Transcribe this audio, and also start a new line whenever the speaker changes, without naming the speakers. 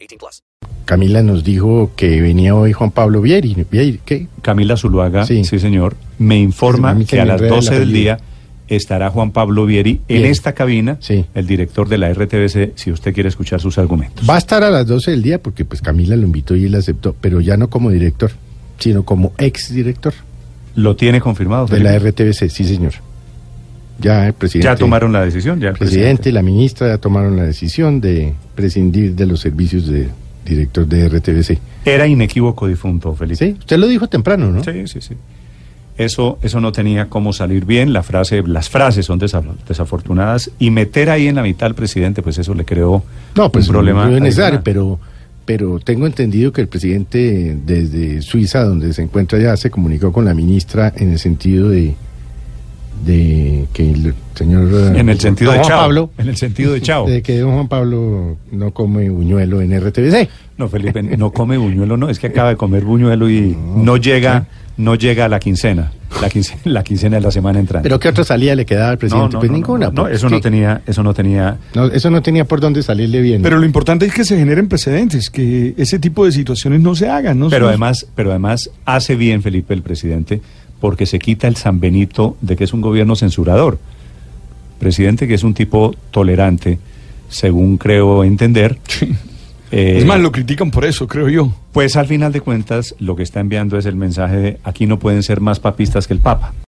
18 plus.
Camila nos dijo que venía hoy Juan Pablo Vieri. Vieri ¿qué?
Camila Zuluaga,
Sí.
sí, señor, me informa
A mí se
que,
me
a las
enreda el
12 del
apellido.
día estará Juan Pablo Vieri
Bien.
en esta cabina,
Sí.
el director de la RTBC, si usted quiere escuchar sus argumentos.
Va a estar a las 12 del día porque pues Camila lo invitó y él aceptó, pero ya no como director, sino como exdirector
Lo tiene confirmado.
de la
Felipe?
RTBC, sí señor. Ya el presidente.
Ya tomaron la decisión, ya el
el presidente y la ministra ya tomaron la decisión de prescindir de los servicios de director de RTBC.
Era inequívoco difunto, Felipe.
Sí, usted lo dijo temprano, ¿no?
Sí, sí, sí. Eso, eso no tenía cómo salir bien. La frase, las frases son desaf- desafortunadas y meter ahí en la mitad al presidente, pues eso le creó
No, pues
un problema.
no es necesario,
adicional.
pero, pero tengo entendido que el presidente desde Suiza, donde se encuentra ya, se comunicó con la ministra en el sentido de, de que el señor... eh,
en el sentido de
Juan
chao.
Pablo,
En el sentido de chao.
de que don Juan Pablo no come buñuelo en RTBC.
No, Felipe, no come buñuelo, no, es que acaba de comer buñuelo y no,
¿Eh?
llega, no llega a la quincena, la quincena, la quincena de la semana entrante.
¿Pero qué otra salida le quedaba al
no,
presidente?
no,
pues
no, no,
ninguna.
no,
porque
eso
es
no
que-
tenía, eso no tenía.
no, eso no tenía por dónde salirle bien.
Pero lo importante es que se generen precedentes, que ese tipo de situaciones no se hagan. No
Pero
Son-
además, pero además hace bien Felipe el presidente porque se quita el sanbenito de que es un gobierno censurador. Presidente que es un tipo tolerante, según creo entender. Eh,
es más, lo critican por eso, creo yo.
pues al final de cuentas lo que está enviando es el mensaje de aquí no pueden ser más papistas que el Papa.